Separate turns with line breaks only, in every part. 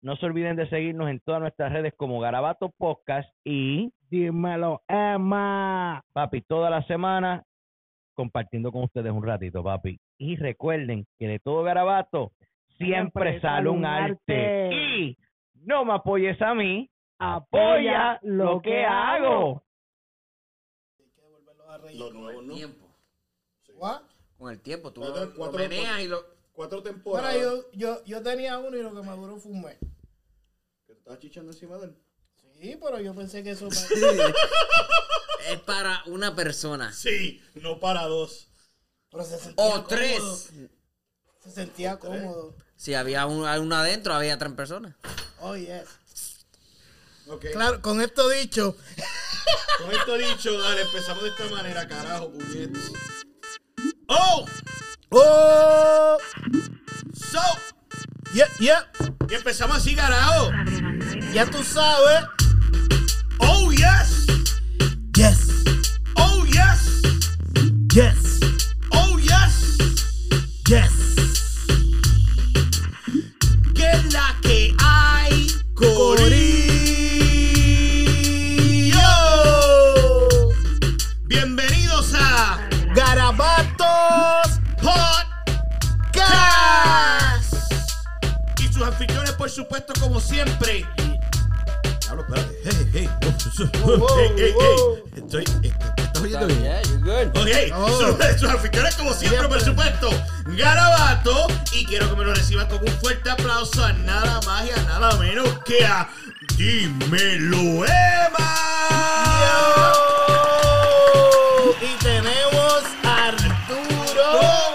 no se olviden de seguirnos en todas nuestras redes como Garabato Podcast y,
Dímelo, Emma.
papi, toda la semana compartiendo con ustedes un ratito, papi. Y recuerden que de todo Garabato siempre,
Siempre
sale un arte.
arte.
Y no me apoyes a mí, apoya lo que hago.
Lo nuevo
con el
no.
tiempo.
¿What?
Con el tiempo, tú
Pero
lo,
eran cuatro
lo meneas y lo...
Cuatro
Ahora
temporadas.
yo, yo, yo tenía uno y lo que me duró fue un mes.
Que te estás chichando encima de él.
Sí, pero yo pensé que eso me...
Es para una persona.
Sí, no para dos.
Pero se sentía
O
cómodo,
tres.
Se sentía cómodo.
Si había un- uno adentro, había tres personas.
Oh, yes.
Ok.
Claro, con esto dicho,
Con esto dicho, dale, empezamos de esta manera, carajo, puñetes. ¡Oh! ¡Oh! ¡So!
yeah, yeah,
Y empezamos así, carajo.
ya tú sabes.
¡Oh, yes!
Yes,
¡Oh, yes!
yes,
¡Oh, yes!
yes.
¡Que es la que hay! ¡Corillo! Bienvenidos a
Garabatos.
Podcast. Y sus anfitriones, por supuesto, como siempre. Diablo, espérate. Hey, hey. Hey, hey, hey. Estoy. ¿Estás oyendo bien? Ok,
Oh.
sus, sus anfitriones como siempre, por supuesto, Garabato. Y quiero que me lo reciban con un fuerte aplauso a nada más y a nada menos que a Dímelo Emma.
Y tenemos a Arturo,
Oh,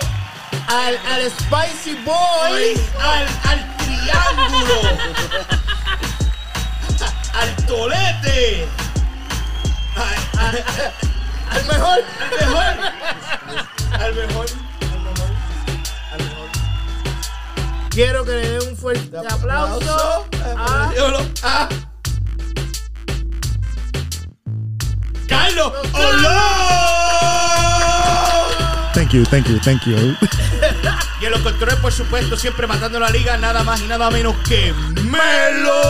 al, al Spicy Boy.
al, al triángulo, al tolete, al, al-
Al mejor.
al mejor, al mejor, al mejor, al mejor.
Quiero que le den un fuerte aplauso a...
Diablo, ah. Carlos Olón.
Thank you, thank you, thank you.
Y en los controles, por supuesto, siempre matando la liga, nada más y nada menos que Melo.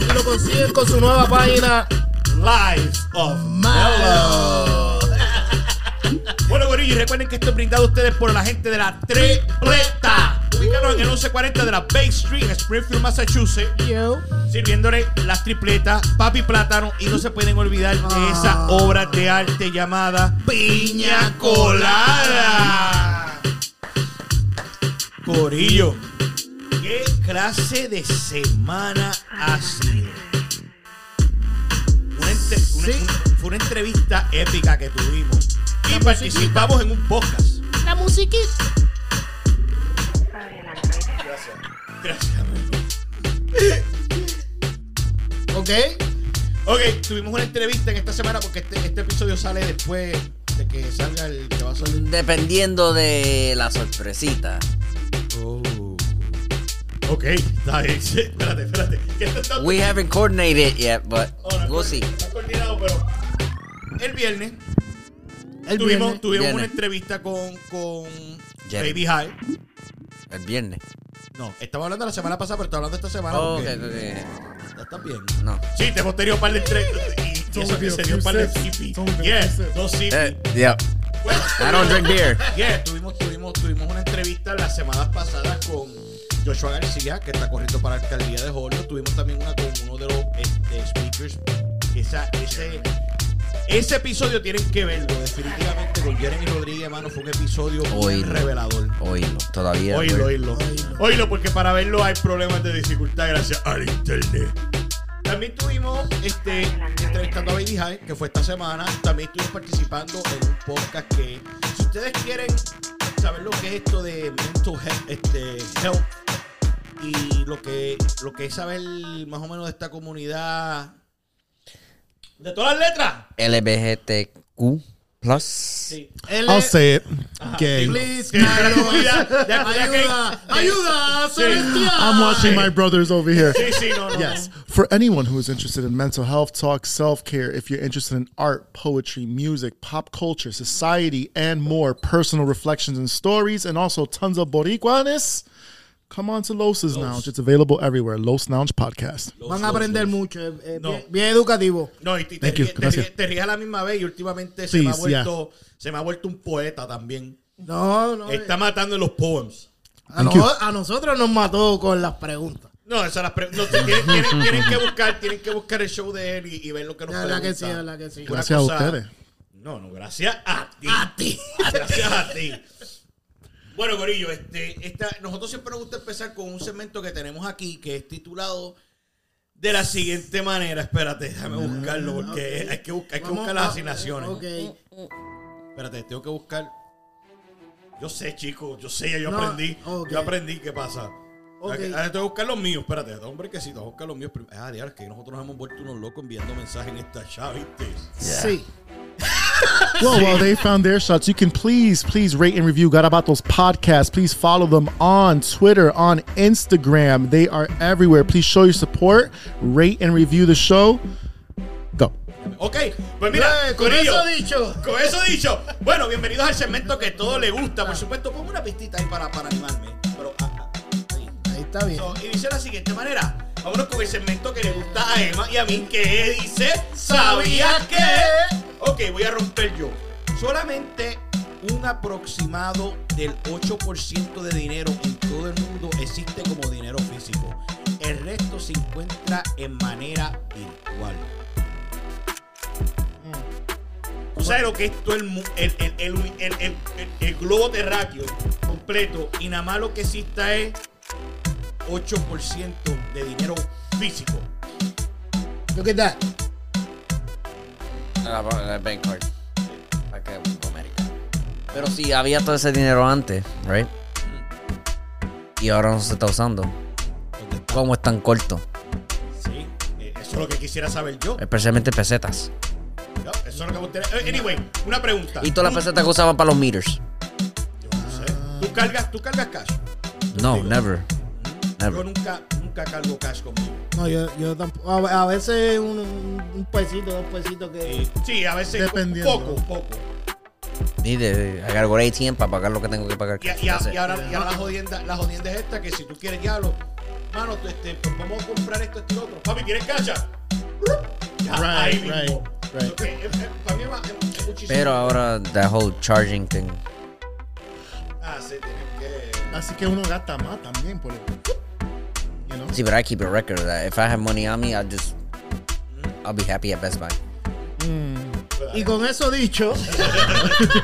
Y lo consiguen con su nueva página.
Lives of Mellow. bueno, Gorillo, y recuerden que esto es brindado a ustedes por la gente de la Tripleta. Ubícanos en el 1140 de la Bay Street en Springfield, Massachusetts.
Yo.
Sirviéndole las tripletas, papi plátano. Y no se pueden olvidar
Ah.
de esa obra de arte llamada Piña Colada. Corillo, ¿qué clase de semana ha sido? Una entre- una-
Sí.
una- fue una entrevista épica que tuvimos y participamos en un podcast.
La musiquita.
Gracias, amigo.
Ok.
Ok, tuvimos una entrevista en esta semana porque este, este episodio sale después de que salga el que va a salir.
Dependiendo de la sorpresita.
Oh.
Ok, está bien. Sí, espérate, espérate. Que esto está.
We haven't coordinated yet, but
Oh, no,
we'll see.
Está coordinado, pero. El viernes
El
tuvimos,
viernes.
tuvimos
Viernes.
una entrevista con, con
Jerry.
Baby High.
El viernes.
No, estaba hablando la semana pasada, pero estaba hablando esta semana.
Oh,
porque
ok, ok,
Ya está bien.
ok. No.
Sí, te hemos tenido un par de entrevistas. Y, y eso que se dio un par de CP. Yes, dos CP.
Eh, yeah. I don't drink beer.
Yeah, tuvimos, tuvimos, tuvimos una entrevista las semanas pasadas con Joshua García, que está corriendo para la alcaldía de Hollywood. Tuvimos también una con uno de los este, speakers. Esa, ese, Ese episodio tienen que verlo, definitivamente, con Jeremy Rodríguez, mano, fue un episodio muy
Oílo.
revelador.
Oílo, todavía.
Oílo,
güey.
oílo. Oílo, porque para verlo hay problemas de dificultad gracias al internet. También tuvimos este, entrevistando a Baby High, que fue esta semana. También estuvimos participando en un podcast que, si ustedes quieren saber lo que es esto de mental health, este, health y lo que, lo que es saber más o menos de esta comunidad, de todas las letras.
LBGTQ. Plus.
Ah, Sí.
L-
say it.
Ajá.
Please,
Sí, de la comunidad, de la comunidad gay.
ayuda, ayuda,
Sí.
celestial.
I'm watching my brothers over here.
Sí, sí, no, no, no.
Yes. For anyone who is interested in mental health talk, self care, if you're interested in art, poetry, music, pop culture, society, and more, personal reflections and stories, and also tons of Boricuanes, come on to Los's Lounge. It's available everywhere. Los Lounge Podcast.
Van a aprender mucho, es, es
No.
bien, bien educativo.
No, y te, te
Thank you,
ríe- te
gracias.
ríe- te ríes a la misma vez y últimamente se,
Please,
me ha vuelto, se me ha vuelto un poeta también.
No, eh. no.
Está matando en los poems.
a,
Thank you.
no- a nosotros nos mató con las preguntas.
No, esas las pre- no, te- tienen, tienen- tienen que buscar, tienen que buscar el show de él y, y ver lo que nos
La verdad que sí,
pregunta.
la verdad que sí.
Una
Gracias a
cosa-
ustedes.
No, no, gracias a ti. Gracias a ti. Bueno, Gorillo, este, esta, nosotros siempre nos gusta empezar con un segmento que tenemos aquí que es titulado de la siguiente manera. Espérate, déjame buscarlo porque hay que, buscar, hay que
Ah, Vamos
buscar las
a-
asignaciones.
Ok.
Espérate, tengo que buscar. Yo sé, chico, yo sé, ya yo
No,
aprendí.
ok.
Yo aprendí qué pasa.
Ok.
Ah, que- ah, tengo que buscar los míos, espérate, hombre que sí, tengo que buscar los míos primero. Ah, diablo, es que nosotros nos hemos vuelto unos locos enviando mensajes en esta chat, ¿viste?
Sí.
Well, while they found their shots, you can please, please rate and review Garabatos podcast. Please follow them on Twitter, on Instagram. They are everywhere. Please show your support. Rate and review the show. Go.
Ok, pues mira,
Eh, con
corillo,
eso dicho.
Con eso dicho, bueno, bienvenidos al segmento que todo le gusta. Por supuesto, pongo una pistita ahí para, para animarme. Pero, ah, ah, ahí.
Ahí está bien.
So, y dice de la siguiente manera: vámonos con el segmento que le gusta a Emma y a mí, que dice: ¿Sabías qué? Ok, voy a romper yo. Solamente un aproximado del 8% de dinero en todo el mundo existe como dinero físico. El resto se encuentra en manera virtual. ¿Tú sabes lo que es todo el, mu- el, el, el- el- el- el- el globo terráqueo completo? Y nada más lo que exista es 8% de dinero físico.
Look at that.
La, la bank card. Para que América. Pero sí, había todo ese dinero antes, right? Y ahora no se está usando. ¿Cómo es tan corto?
Sí, eh, eso es lo que quisiera saber yo.
Especialmente pesetas.
¿no? Eso es lo que me gustaría- eh, Anyway, una pregunta.
Y todas las pesetas que usaban para los meters.
Yo no sé. ¿Tú cargas, tú cargas cash?
No, never.
Yo
Never.
nunca, nunca cargo cash conmigo.
No, yo, yo tampoco. A, a veces un, un un pesito, dos pesitos que.
Eh, sí, a veces
Dependiendo.
poco, poco.
Ni de agarrar 800 para pagar lo que tengo que pagar.
Y, y- y ahora, y
eh,
ahora la, jodienda, la jodienda es esta, que si tú quieres diablo, mano, tú, este, pues vamos a comprar esto, esto y lo otro. Papi, ¿quieres cacha? Ya,
Right,
ahí mismo.
right, right.
So que, eh, eh, para mí es más- es- es muchísimo.
Pero ahora, that whole charging thing.
Ah, sí, tienes que...
Así que uno gasta más también por el- You know?
See, but I keep a record of that. If I have money on me, I just. I'll be happy at Best Buy.
Y con eso dicho,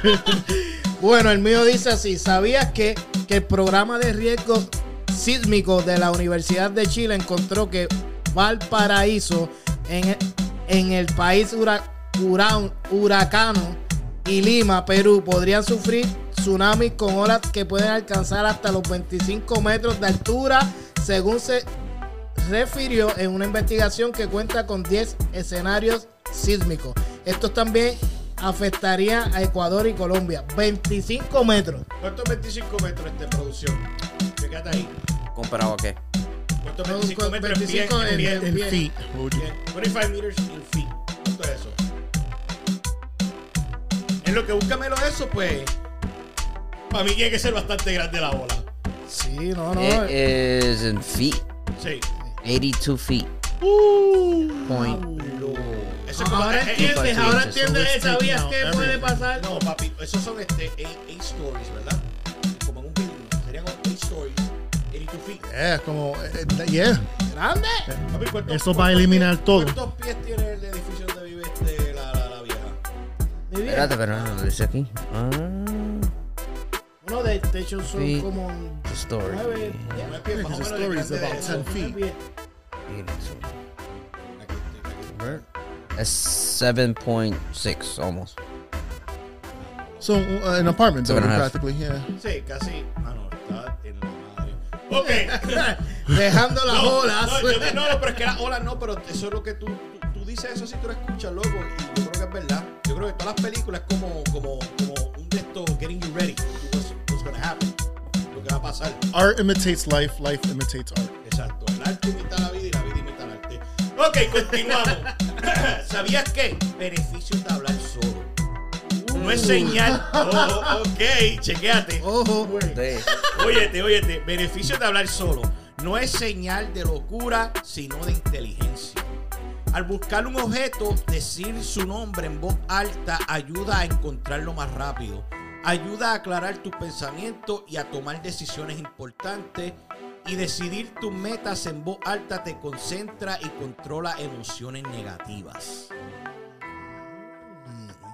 bueno, el mío dice así, ¿sabías que, que el programa de riesgo sísmico de la Universidad de Chile encontró que Valparaíso en, en el país hura- hura- huracano y Lima, Perú, podrían sufrir tsunamis con olas que pueden alcanzar hasta los 25 metros de altura, según se refirió en una investigación que cuenta con 10 escenarios sísmicos. Estos también afectarían a Ecuador y Colombia. 25 metros.
¿Cuántos 25 metros este producción? Fíjate ahí.
¿Comparado a qué?
¿Cuántos
No,
25
con
metros
25
en pie? En
en-
pie,
In feet. What would you-
en pie. 25 meters in feet. ¿Cuánto es eso? En lo que búscamelo eso, pues. Para mí tiene que ser bastante grande la bola.
Sí, no, no.
It is in feet.
Sí.
82 feet. Point.
Eso es como. eh, eh,
entiendes, ahora entiendes,
¿sabías qué puede pasar?
No, papi, esos son este, eight, eight stories, ¿verdad? Como en un building. Serían 8 stories, 82 feet.
Yeah, como, eh, eh, yeah.
Grande.
Papi, ¿cuántos-
Eso va a
cuántos
eliminar
pies-
todo.
¿Cuántos pies tiene el edificio donde vive este, la, la, la vieja?
Espérate, pero no lo dice aquí. Ah,
Uno de, de hecho son
Sí.
como
the story.
nueve. ya,
Yeah, 'cause the story is about 10
nueve
feet.
pies.
It's 7.6 almost.
So, uh, an apartment
Seven
building,
and a half.
practically, yeah.
Sí, casi. Ah, no, está en la madre. Ok.
Dejando las
No,
olas.
No, yo- no, no, pero es que las olas no, pero eso es lo que tú, tú, tú dices eso si tú lo escuchas, loco, y yo creo que es verdad. Yo creo que todas las películas es como, como, como un de estos getting you ready. What's, what's gonna happen? Lo que va a pasar.
Art imitates life, life imitates art.
Exacto. El arte imita la vida y la vida imita el arte. Ok, continuamos. ¿Sabías qué? Beneficios de hablar solo. No es señal. Oh, ok, chequéate.
Ojo, güey.
Sí.
Óyete, óyete, beneficio de hablar solo. No es señal de locura, sino de inteligencia. Al buscar un objeto, decir su nombre en voz alta ayuda a encontrarlo más rápido. Ayuda a aclarar tus pensamientos y a tomar decisiones importantes. Y decidir tus metas en voz alta te concentra y controla emociones negativas.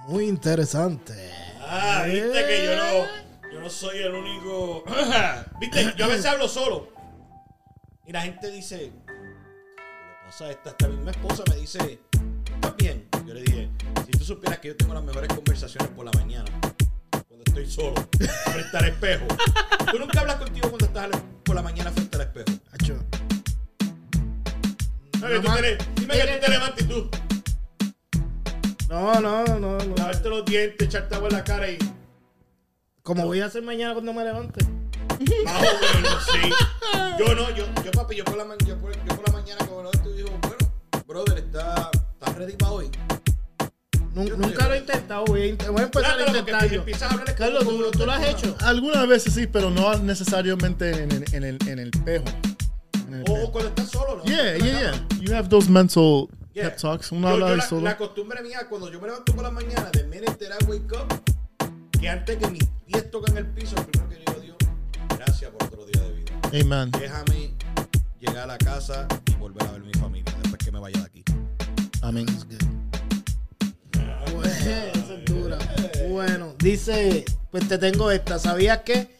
Muy interesante.
Ah, viste que yo no, yo no soy el único. viste, yo a veces hablo solo. Y la gente dice, la esposa esta, esta misma esposa me dice, ¿estás bien? Yo le dije, si tú supieras que yo tengo las mejores conversaciones por la mañana, cuando estoy solo, frente al espejo. Tú nunca hablas contigo cuando estás al- por la mañana frente al espejo.
Acho.
Dime que tú
Nomás-
te le- dime que tú te levantas y tú,
No, no, no, no.
lavarte los dientes, echarte agua en la cara y...
Como voy a hacer mañana cuando me levante.
Más o menos, Ah, sí. Yo no, yo, yo papi, yo por la, ma- yo por, yo por la mañana como lo tú dijo, bueno, brother, está, está ready para hoy.
Nun-
Yo
nunca
estoy-
lo he intentado, voy a, int- voy a empezar
Trátalo,
a
porque
intentarlo.
empiezas a hablar
Carlos,
como-
¿tú,
como-
tú lo has hecho.
Algunas veces sí, pero no necesariamente en, en, en, el, en el espejo. En el
O,
espejo.
o cuando estás solo, ¿no?
Yeah,
En la
yeah,
cama.
yeah. You have those mental
Yeah.
pep talks. Uno
Yo- yo
habla
la,
solo.
la costumbre mía, cuando yo me levanto por la mañana, de minute that I wake up, que antes que mis pies tocan el piso, lo primero que yo digo, Dios, gracias por otro día de vida.
Amen.
Déjame llegar a la casa y volver a ver mi familia después que me vaya de aquí.
Amén.
Bueno, esa es dura. Bueno, dice, pues te tengo esta. ¿Sabías que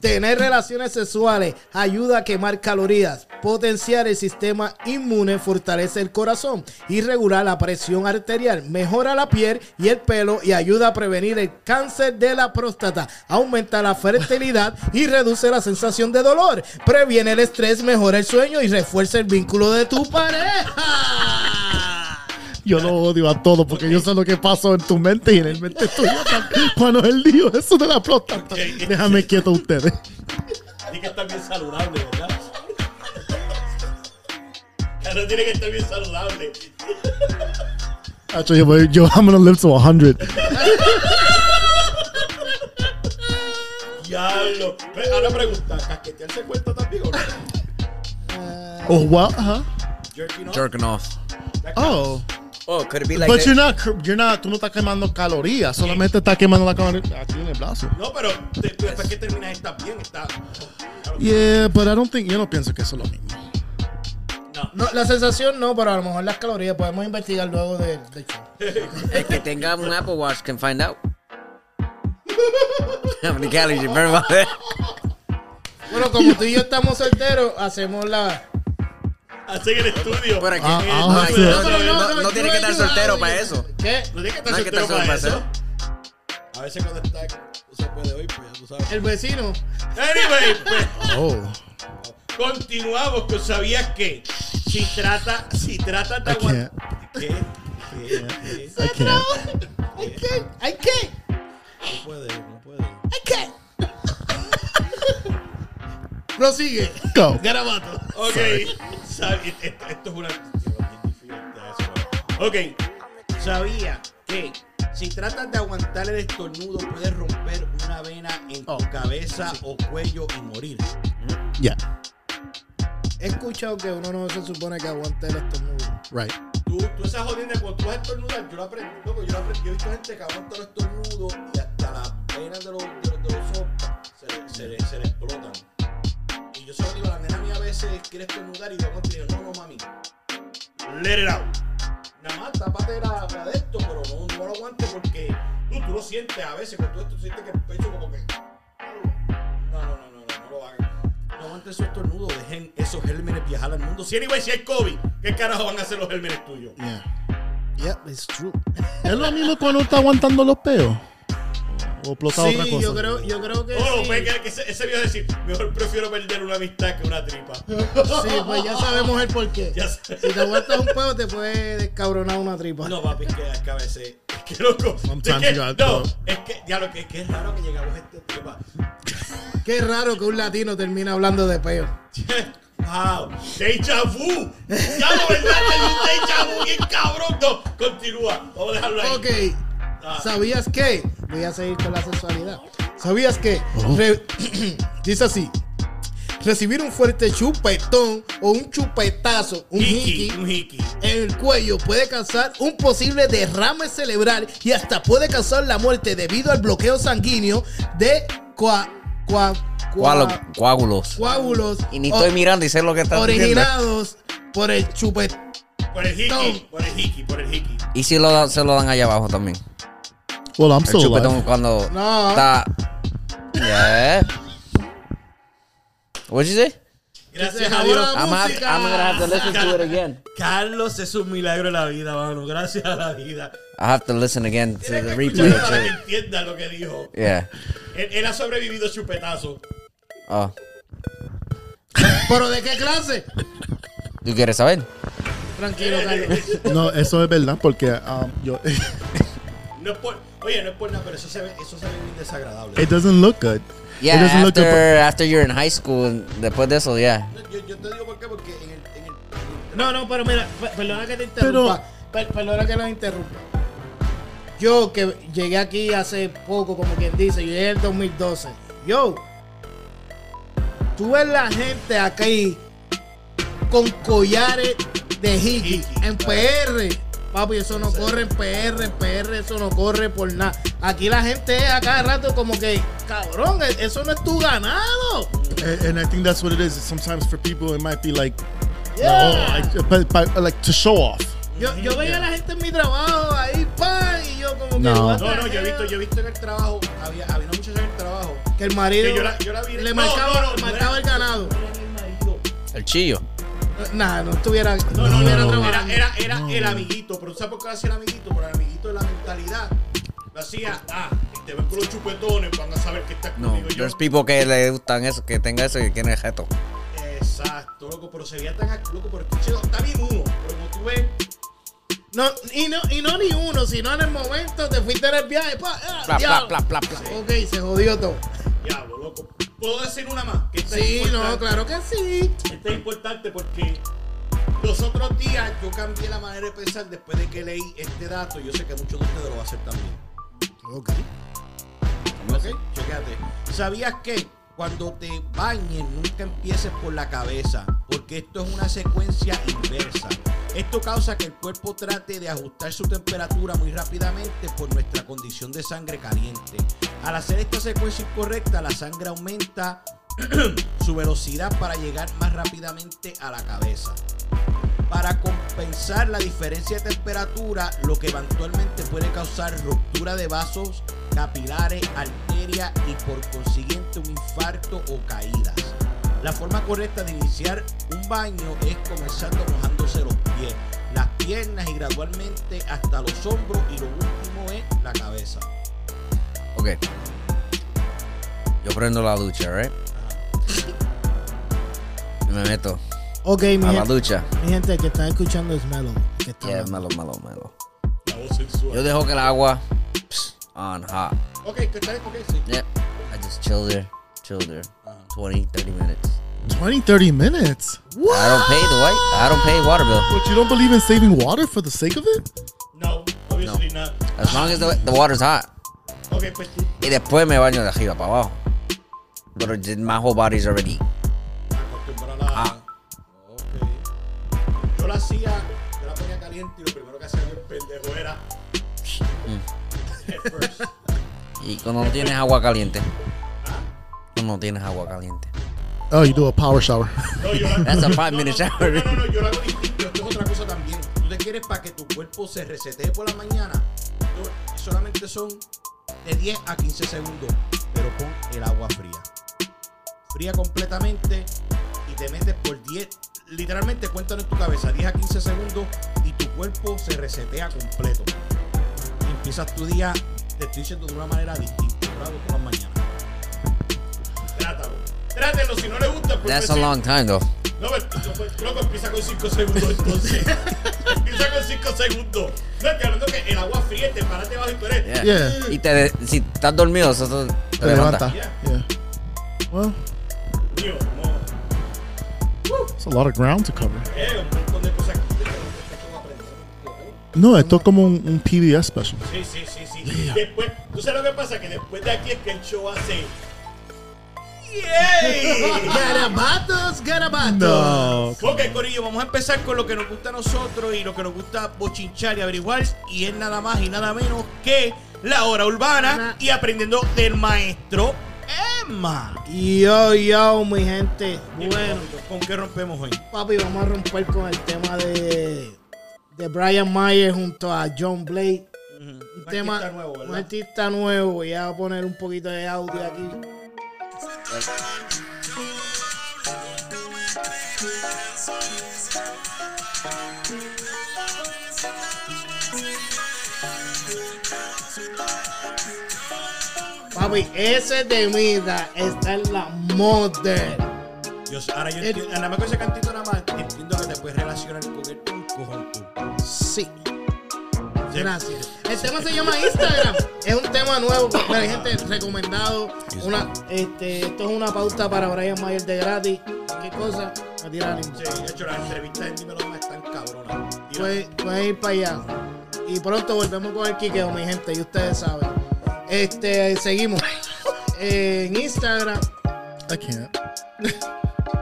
tener relaciones sexuales ayuda a quemar calorías, potenciar el sistema inmune, fortalece el corazón y regula la presión arterial, mejora la piel y el pelo y ayuda a prevenir el cáncer de la próstata, aumenta la fertilidad y reduce la sensación de dolor, previene el estrés, mejora el sueño y refuerza el vínculo de tu pareja?
Yo lo odio a todo porque yo sé lo que pasó en tu mente y en el mente tuya también. Cuando él dijo eso de la próstata,
Ok.
déjame quieto a ustedes.
Tiene que estar bien saludable, ¿verdad? Claro, tiene que estar bien saludable.
Actually, yo, voy- yo, I'm gonna live to 100.
Diablo. Ve, Ahora pregunta, ¿casquetearse cuenta también o no?
Oh, what? Huh?
Jerking off.
Jerking off.
That counts.
Oh.
Oh, could it be like
But
that?
you're not, cr- you're not, tú no estás quemando calorías, solamente estás quemando la caloría aquí en el brazo.
No, pero te- después que terminas está bien, está.
Yeah, but I don't think, yo no pienso que eso es lo mismo.
No, la sensación no, pero a lo mejor las calorías podemos investigar luego del del show.
El que tenga un Apple Watch can find out. How many calories you burn by that?
Bueno, como tú y yo estamos solteros, hacemos la.
Hacen el estudio.
Pero aquí,
Ah, ah,
no,
sí.
no, no, no, no, no
yo
tiene que estar
ayudo a
soltero
alguien.
para eso.
¿Qué?
No tiene que estar
No hay que ¿eh?
soltero
estar
para
soltero
eso. A veces cuando está, no se puede hoy, pues ya tú sabes.
El vecino.
Anyway, pues.
Oh.
Continuamos con sabías que si trata, si trata de
I can't.
aguantar. ¿Qué? ¿Qué? ¿Qué?
I can't.
¿Ay qué? ¿Ay qué?
No puede, no puede.
¿Ay qué? Prosigue.
Go.
Garabato.
Ok, sabi- e- e- esto es una. Ok, sabía que si tratas de aguantar el estornudo puedes romper una vena en tu cabeza o cuello y morir.
Yeah,
He escuchado que uno no se supone que aguante el estornudo.
right.
Tú, tú esa jodienda cuando tú vas a estornudar, yo lo aprendí, loco, yo lo aprendí. Yo he visto gente que aguanta los estornudos y hasta las venas de los, de los, de los ojos se le, se, le, se le explotan. Y yo solo digo, la nena mía a veces quiere estornudar y yo aguanto y digo, no, no, mami. Let it out. Nada más, tapate la, la de esto, pero no, no lo aguante porque Tú, tú lo sientes a veces, con todo esto, tú sientes que el pecho como que. No, no, no, no, no, no lo hagan. No aguanten esos estornudos, dejen esos gérmenes viajar al mundo. Si anyway, si hay COVID, ¿qué carajo van a hacer los gérmenes tuyos?
Yeah.
Yep, it's true.
Es lo mismo cuando está aguantando los peos. O explota otra
Sí,
cosa.
yo creo, yo creo que.
Oh,
sí.
venga, que ese, ese video decir, mejor prefiero perder una amistad que una tripa.
Sí, pues ya sabemos el porqué.
Ya sé.
Si te aguantas un pedo, te puede descabronar una tripa.
No, papi, es que, es que a veces. Es que loco.
Sometimes
es que,
you gotta
no,
throw up.
es que, ya lo que es que es raro que llegamos a este tema.
Qué raro que un latino termine hablando de peo.
Wow, deja vu. Ya lo verdad, hay un deja vu bien cabrón. No, continúa. Vamos a dejarlo ahí.
Ok.
Ah.
¿Sabías que? Voy a seguir con la sexualidad. ¿Sabías que? Re- dice así. Recibir un fuerte chupetón o un chupetazo, un
Hiki,
hiki,
un hiki.
en el cuello puede causar un posible derrame cerebral y hasta puede causar la muerte debido al bloqueo sanguíneo de coa- coa- coa-
Coágulo- coágulos.
coágulos
Y ni
o-
Oh.
estoy mirando y sé lo que está diciendo.
originados por el chupetón.
Por el hiki, por el hiki, por el hiki.
Y si lo dan- se lo dan allá abajo también.
Well, I'm
El
still
chupetón
alive.
cuando
No.
está. Yeah. What you say?
Gracias a Dios.
I'm, ha- I'm gonna have to listen to it again.
Carlos es un milagro de la vida, mano. Gracias a la vida.
I have to listen again to the
Tienes que
replay.
escucharlo para que
to-
entienda lo que dijo.
Yeah.
Él, él ha sobrevivido chupetazo.
Oh.
¿Pero de qué clase?
¿Tú quieres saber?
Tranquilo, Carlos.
No, eso es verdad porque um, yo,
No es por, oye, no es por nada, pero eso se ve, eso se ve bien desagradable.
it doesn't look good.
Yeah,
it doesn't look
after,
good.
after you're in high school, después de eso, yeah.
Yo, yo te digo por qué, porque en el, en el
No, no, pero mira, per- perdona que te interrumpa. Per- perdona que los interrumpa. Yo que llegué aquí hace poco, como quien dice, yo llegué en el 2012. Yo, tú ves la gente aquí con collares de hiki en PR. Papi, eso no corre en PR, en PR, eso no corre por nada. Aquí la gente es a cada rato como que, cabrón, e- eso no es tu ganado.
And, eh, and I think that's what it is. Sometimes for people, it might be like,
Yeah.
oh, like, but, but, like to show off.
Yo, yo veía a la gente en mi trabajo ahí, pan, y yo como que.
No.
what the
No, no, yo he
hell.
visto, yo he visto en el trabajo, había, había una muchacha en el trabajo.
Que el marido
Que yo la- yo la vi-
le
No,
marcaba,
no, no,
le
no
marcaba
era-
el ganado.
El chillo.
Nah, no estuviera.
No, no,
estuviera
no, no, era,
trabajando.
era, era el amiguito, pero ¿sabes por qué hacía el amiguito? Por el amiguito de la mentalidad. Lo hacía, ah, te ven con los chupetones, van a saber que estás
No,
conmigo yo.
there's people que le gustan eso, que tenga eso y quieren el jeto.
Exacto, loco, pero se veía tan act- loco, pero escuché, está bien uno, pero como tú ves,
No, y, no, y no ni uno, sino en el momento te fuiste en el viaje. Pa, ah,
Pla, pla,
diablo.
pla, pla, pla.
Ok, se jodió todo.
diablo, loco. ¿Puedo decir una más? Que esta es
Sí, no,
importante.
claro que sí.
Esto es importante porque los otros días yo cambié la manera de pensar después de que leí este dato. Yo sé que muchos de ustedes lo van a hacer también.
Ok.
Ok, chequéate. ¿Sabías que cuando te bañes nunca empieces por la cabeza? Porque esto es una secuencia inversa. Esto causa que el cuerpo trate de ajustar su temperatura muy rápidamente por nuestra condición de sangre caliente. Al hacer esta secuencia incorrecta, la sangre aumenta su velocidad para llegar más rápidamente a la cabeza. Para compensar la diferencia de temperatura, lo que eventualmente puede causar ruptura de vasos, capilares, arterias y por consiguiente un infarto o caídas. La forma correcta de iniciar un baño es comenzando mojándose los pies, las piernas y gradualmente hasta los hombros y lo último es la cabeza.
Ok. Yo prendo la ducha, right? Y me meto
Ok, mi
a la
gente,
ducha.
mi gente, el que está escuchando es Melo. que está
Yeah,
hablando.
malo, malo, malo. Yo dejo que el agua pss, on hot.
Ok, que está bien, ok, sí.
Yep. I just chill there, chill there. 20, 30 minutes.
20, 30 minutes.
I don't pay the white. I don't pay water bill.
But you don't believe in saving water for the sake of it?
No, obviously not.
As long as the, the water's hot.
Ok, pues tú.
Y después me baño de arriba para abajo. Pero j- my whole body's already.
Acostumbrada a-
Ah.
Ok. Yo la hacía, yo la ponía caliente y lo primero que hacía el pendejo era. Head first.
Y cuando no tienes agua caliente. Cuando no tienes agua caliente.
Oh, you do a power shower.
No, yo la-
That's a
no,
five
no,
minute
no,
shower.
No, no, no, yo lo hago distinto. Esto es otra cosa también. Tú te quieres para que tu cuerpo se resetee por la mañana. Yo- solamente son de 10 a 15 segundos, pero con el agua fría. Fría completamente y te metes por 10, literalmente cuéntalo en tu cabeza, 10 a 15 segundos y tu cuerpo se resetea completo. Y empiezas tu día, te estoy diciendo de una manera distinta, bravo por las mañanas. Trátalo. Trátelo, si no le gusta, pues
That's a
decir-
long time though.
no, pero no, pues, loco, empieza con 5 segundos entonces. empieza con 5 segundos. No, estoy hablando que el agua fría te paraste bajo y tú eres.
Yeah.
Yeah.
Y te de- si estás dormido, eso te, te
Te
levanta.
levanta. Yeah. Well,
Mío, no.
it's a lot of ground to cover.
Eh, un montón de cosas.
No, esto es como un, un PBS special.
Sí, sí, sí, sí. Después, ¿tú sabes lo que pasa? Que después de aquí es que el show hace. ¡Yay!
Garabatos, garabatos.
Ok, Corillo, vamos a empezar con lo que nos gusta a nosotros y lo que nos gusta bochinchar y averiguar. Y es nada más y nada menos que la hora urbana y aprendiendo del maestro Emma.
Yo, yo, mi gente. Bueno,
¿con qué rompemos hoy?
papi, vamos a romper con el tema de, de Brian Mayer junto a John Blake. Un, tema,
artista nuevo, ¿verdad?
un artista nuevo. Voy a poner un poquito de audio aquí. Papi, ese temita está en la modern.
Yo, ahora yo
El-
entiendo, nada más con ese cantito nada más, entiendo que te puedes relacionar con el un cojón tú.
Sí.
Sí.
Gracias. El tema se llama Instagram. es un tema nuevo. Pero hay gente recomendado. Una, este, esto es una pauta para Brian Mayer de gratis. ¿Qué cosa? A tirar limón.
Sí, de hecho las entrevistas en Dímelo Dame están cabronas. Y la-
Pueden pueden Pues, ir para allá. Y pronto volvemos con el quiqueo, mi gente. Y ustedes saben. Este, seguimos. Eh, En Instagram.
I can't. I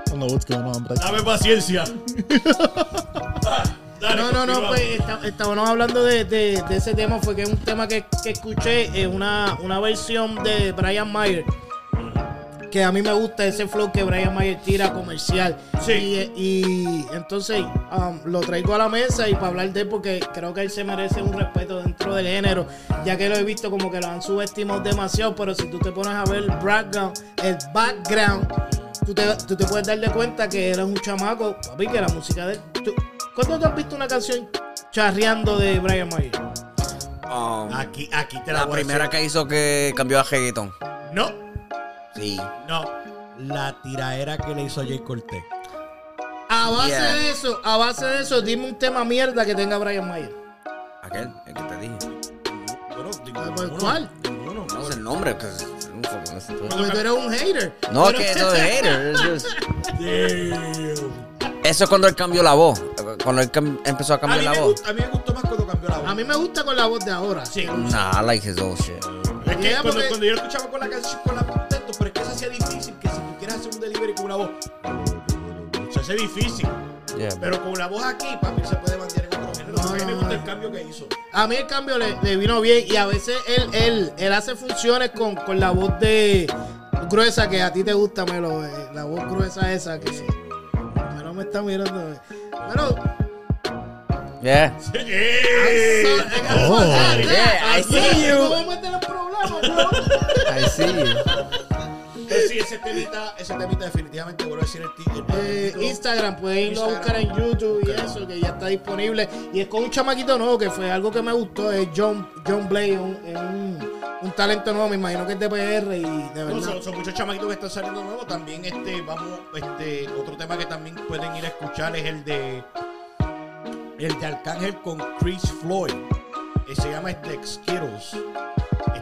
don't know what's going on, but I
Dame paciencia. Ah, dale,
No, no, no,
continúa.
pues está- estábamos hablando de, de- de ese tema, fue que es un tema que, que escuché, eh, una, una versión de Brian Mayer, que a mí me gusta ese flow que Brian Mayer tira comercial.
Sí.
Y, eh, y entonces um, lo traigo a la mesa y para hablar de él, porque creo que él se merece un respeto dentro del género, ya que lo he visto como que lo han subestimado demasiado, pero si tú te pones a ver el background, el background tú te, tú te puedes dar de cuenta que eres un chamaco, papi, que la música de él. tú- ¿Cuándo tú has visto una canción charreando de Brian Mayer?
Um,
Aquí, aquí te la,
la
voy a
primera
hacer.
que hizo que cambió a reggaeton.
No,
Sí.
no. La tiraera que le hizo a Jay Cortés.
A base
Yeah.
de eso, a base de eso, dime un tema mierda que tenga Brian Mayer.
Aquel, el que te dije.
Bueno, digo,
Ah, pues,
ninguno,
¿cuál?
Ninguno.
No sé el nombre. que es- es un poco- no sé.
Porque tú eres un hater.
No, es
Pero-
que eso es hater. es just-
Damn.
Eso es cuando él cambió la voz. Cuando él cam- empezó a
A
cambiar
mí,
la
me
voz.
gustó, a mí me gustó más cuando cambió la voz.
A mí me gusta con la voz de ahora.
Sí.
Nah, I like his old shit.
Es que
Yeah,
cuando,
porque-
cuando yo lo escuchaba con la canción, con la contento, pero es que se hacía difícil que si tú quieres hacer un delivery con una voz. Se hace difícil.
Yeah.
Pero con la voz aquí, papi, se puede mantener en otro
No,
género. a mí me
no,
gusta
no.
el cambio que hizo.
A mí el cambio le, le vino bien y a veces él, él, él hace funciones con, con la voz de gruesa que a ti te gusta, Melo. eh, La voz gruesa esa que Melo me está mirando. eh. Melo,
Yeah.
Ah, So-
¡Eh!
Ah, ah,
Oh, yeah, I
ah,
see you.
¿Cómo meter el problema, bro?
I see you.
Pero Pues sí, ese temita, ese temita definitivamente vuelvo a decir el tigre.
Eh, Instagram, pueden irlo a buscar en YouTube y eso, que ya está disponible. Y es con un chamaquito nuevo, que fue algo que me gustó, es John, John Blay, un, es un, un talento nuevo, me imagino que es de PR y de
No, son,
verdad.
son muchos chamaquitos que están saliendo nuevos. También este, vamos, este, otro tema que también pueden ir a escuchar es el de el de Arcángel con Chris Floyd. Eh, se llama este Skittles.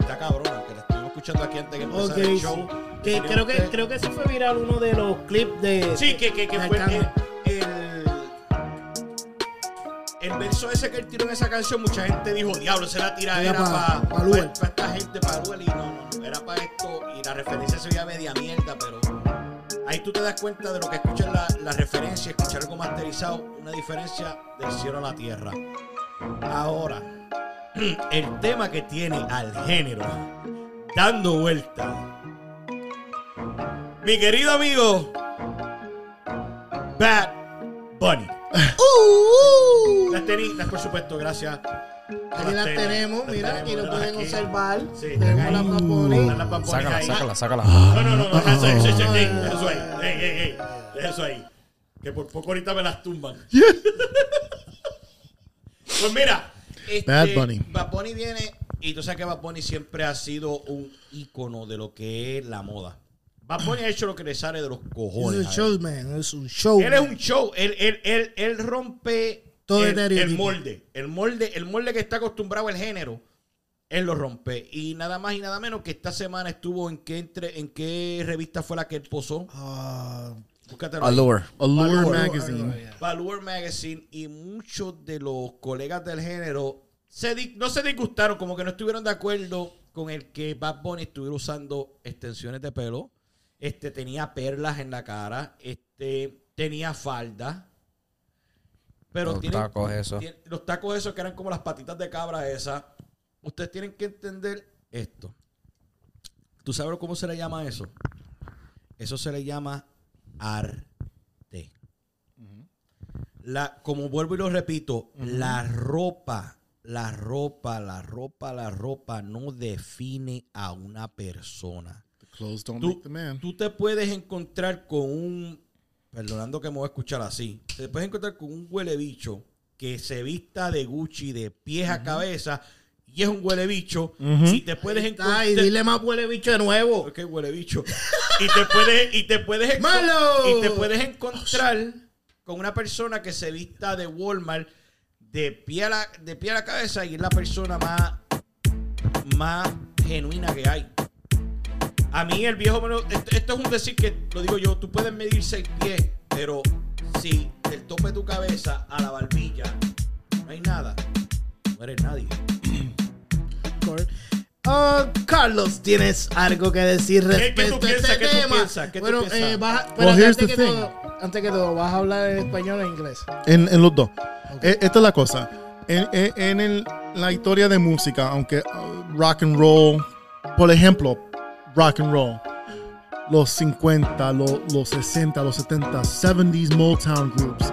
Está cabrona, que la estuvimos escuchando aquí antes que empezara
Ok,
el
sí.
show.
que,
Tenemos
creo, que, creo que se fue viral uno de los clips de.
Sí, que, que, que
de
fue el,
Arcángel.
el, el verso ese que él tiró en esa canción, mucha gente dijo, diablo, se la tira,
Era
era
pa-
para
pa Luel.
esta gente, para Luel, y no, no, no, era para esto, y la referencia se veía media mierda, pero ahí tú te das cuenta de lo que escuchas la, la referencia, escuchar algo masterizado, una diferencia del cielo a la tierra. Ahora, el tema que tiene al género, dando vuelta. Mi querido amigo,
Uh,
Bad Bunny. Las tenis, las por supuesto, gracias
Aquí uh. las tenemos, mira, aquí lo pueden observar.
Sí,
Tenemos las paponitas.
Las papones
Sácala,
ahí.
sácala, sácala.
No, no, no, no, deja eso ahí, eso ahí, eso ahí. Ey, ey, ey, deja eso ahí. Que por poco ahorita me las tumban. Pues mira, este,
Bad Bunny.
Bad Bunny viene, y tú sabes que Bad Bunny siempre ha sido un ícono de lo que es la moda. Bad Bunny ha hecho lo que le sale de los
Es
cojones.
un
a él.
showman, es un show.
Él es un show. Él, él, él, él rompe
Todo
el,
estereotipo.
el molde. El molde, el molde que está acostumbrado el género. Él lo rompe. Y nada más y nada menos que esta semana estuvo en qué entre, en qué revista fue la que él posó.
Ah,
Búscatelo ahí.
Allure.
Allure, magazine.
Valor Magazine. Y muchos de los colegas del género se di- no se disgustaron, como que no estuvieron de acuerdo con el que Bad Bunny estuviera usando extensiones de pelo. Este tenía perlas en la cara. Este tenía falda. Pero
Los
tienen-
tacos esos.
tien- los tacos esos que eran como las patitas de cabra esas. Ustedes tienen que entender esto. ¿Tú sabes cómo se le llama eso? Eso se le llama arte. La, como vuelvo y lo repito, la ropa, la ropa, la ropa, la ropa no define a una persona.
The clothes don't
Tú-
make the man.
Tú te puedes encontrar con un, perdonando que me voy a escuchar así, te puedes encontrar con un huele bicho que se vista de Gucci de pies a cabeza y es un huele bicho. Si te puedes
Ah, está,
encontrar...
y dile más huele bicho de nuevo.
Ok, huele bicho. Y te puedes, y te puedes, enco-
¡Malo!
y te puedes encontrar con una persona que se vista de Walmart de pie a la, de pie a la cabeza y es la persona más, más genuina que hay. A mí el viejo, me lo- esto, esto es un decir que lo digo yo, tú puedes medir seis pies, pero si del tope de tu cabeza a la barbilla no hay nada, no eres nadie.
Cor- Ah, Carlos, ¿tienes algo que decir
¿Qué- qué
respecto
tú
a
piensas?
este
¿Qué tú
tema?
piensas? ¿Qué tú
bueno,
piensas?
eh, vas a-
Well,
espérate, antes,
here's the
que
thing.
todo, antes que todo, ¿vas a hablar en español o en inglés?
En, en los dos. E- Esta es la cosa. En, en- en el- la historia de música, aunque uh, rock and roll, por ejemplo, rock and roll, los 50, lo- los 60, los 70, 70s Motown groups,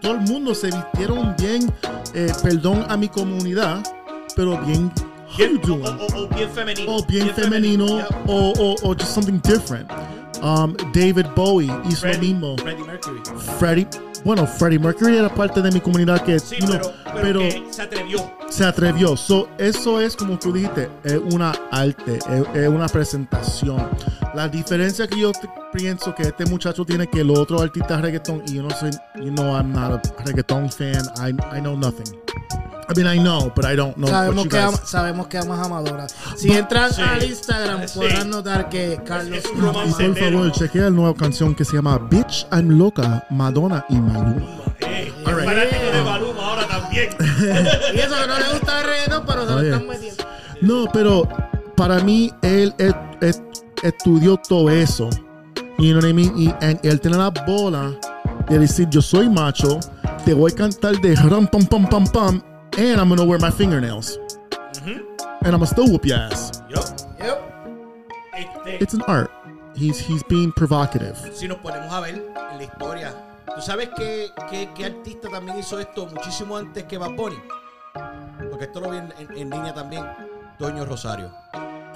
todo el mundo se vistieron bien, eh, perdón a mi comunidad, pero bien, how
Bien, o,
you doing?
o- o bien femenino.
o bien femenino,
ya.
o, o, o just something different. Um, David Bowie hizo lo
Freddie-
mismo.
Freddie Mercury.
Freddie, bueno, Freddie Mercury era parte de mi comunidad que
Sí,
you know,
pero, pero,
pero
que se atrevió.
se atrevió. So, eso es como tú dijiste, es una arte, es, es una presentación. La diferencia que yo te- pienso que este muchacho tiene que el otro artista es reggaetón y yo no soy, you know, I'm not a reggaetón fan. I, I know nothing. I mean, I know, but I don't know. what
sabemos,
pues, you
que
guys-
ama- sabemos que amas amadoras. Si entran
Sí.
al Instagram,
Sí.
podrán notar que Carlos
es un
ama
Y
romance.
por favor, chequea la nueva canción que se llama Bitch I'm Loca, Madonna y Maluma.
Eh,
All right.
fanático de Baluma ahora también.
Y eso que no le gusta el reggaetón, pero se lo
Oye.
están metiendo.
No, pero para mí él es- es- estudió todo eso. You know what I mean? Y, and él tiene la bola de decir, yo soy macho, te voy a cantar de ram pam pam pam pam, and I'm gonna wear my fingernails. And I'm gonna still whoop your ass.
Yo,
Yep.
este,
It's an art. He's, he's being provocative.
si nos ponemos a ver en la historia, ¿tú sabes qué, qué, qué artista también hizo esto muchísimo antes que Bad Bunny? Porque esto lo vi en, en- en línea también. Toño Rosario.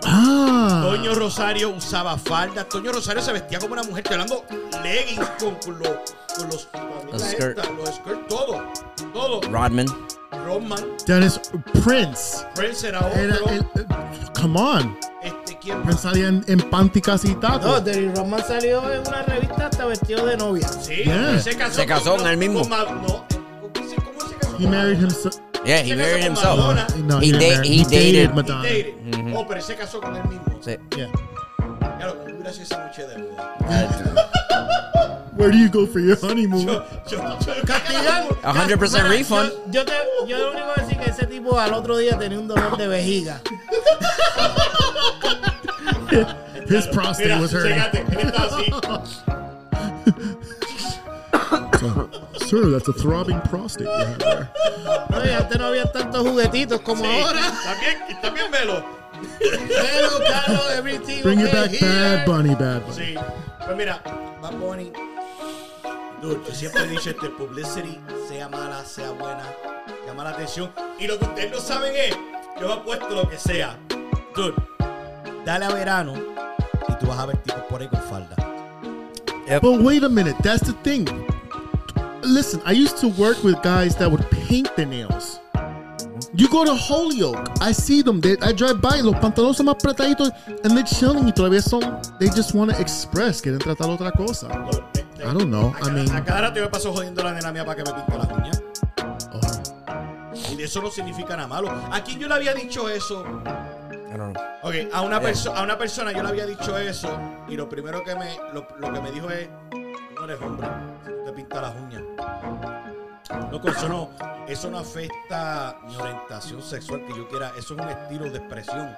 Ah,
Toño Rosario usaba falda. Toño Rosario se vestía como una mujer. Estoy hablando leggings con, con lo- con los, con
Los
la
skirt.
esta, los skirt, todo. Todo.
Rodman.
Roman,
that is Prince.
Prince era
Era
otro.
el- eh, come on.
este, ¿quién
Prince
más?
salía en, en panty casi taco.
No, Derry Roman salió en una revista hasta vestido de novia.
Sí,
Yeah.
se casó.
Se casó con él mismo.
Ma- no, ¿cómo se cómo se casó?
He married himself.
Yeah, he
Se casó
married
con
himself.
Madonna.
No,
He
didn't
da-
marry-
he dated-
Oh, He
Madonna.
dated. Oh, pero él se casó con él mismo.
Sí.
Yeah.
Claro, ¿cómo hubiera sido esa noche de boda?
Where do you go for your honeymoon?
Yo, yo, yo,
Castigar.
100%
Mira,
refund.
Yo, yo, te, yo lo único que decir que ese tipo al otro día tenía un dolor de vejiga.
His prostate
Mira,
was hurting.
fíjate, él estaba así.
Sir, that's a throbbing prostate. you have there.
No, y antes no había tantos juguetitos como ahora.
También, y también Melo.
Pero, Carlos, everything
Bring it
okay
back,
here.
Bad Bunny, Bad Bunny.
Sí. Pues mira, Bad Bunny. Dude, yo siempre he dicho este, publicity, sea mala, sea buena, llama la atención. Y lo que ustedes no saben es, yo me apuesto lo que sea. Dude, dale a verano y tú vas a ver tipos por ahí con falda.
But wait a minute, that's the thing. Listen, I used to work with guys that would paint their nails. You go to Holyoke, I see them. They, I drive by, los pantalones son más apretaditos, and they're chilling y todavía son. They just want to express, quieren tratar otra cosa.
Dude, eh, eh,
I don't know,
A
I
cada,
mean-
a cada rato yo me paso jodiendo a la nena mía para que me pinte las uñas.
Oh.
Y eso no significa nada malo. ¿A quién yo le había dicho eso?
I don't know.
Ok, a una, perso- a una persona yo le había dicho eso y lo primero que me, lo, lo que me dijo es, no eres hombre, si tú te pintas las uñas. Loco, eso no, eso no afecta mi orientación sexual que yo quiera, eso es un estilo de expresión.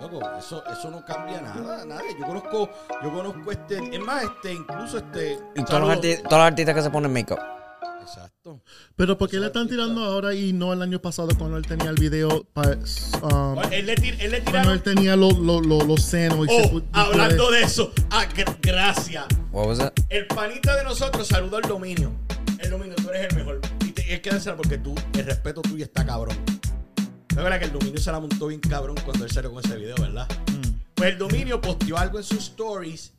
Loco, eso, eso no cambia nada, nada. Yo conozco, yo conozco este, es más, este, incluso este.
Y todos los,
saludo-
arti- todos los artistas que se ponen make-up.
Exacto.
Pero ¿por qué le están tirando ahora y no el año pasado cuando él tenía el video pa- um,
Él le, tir- él le
cuando
tiraron.
él tenía los lo, lo- los senos y
Oh,
pu- y
hablando
todo
de eso, ah, gr- gracias.
What was that?
El panita de nosotros saludó al dominio. El dominio, tú eres el mejor. Y te- es que decirlo porque tú, el respeto tuyo está cabrón. La verdad que el dominio se la montó bien cabrón cuando él salió con ese video, ¿verdad? Pues el dominio posteó algo en sus stories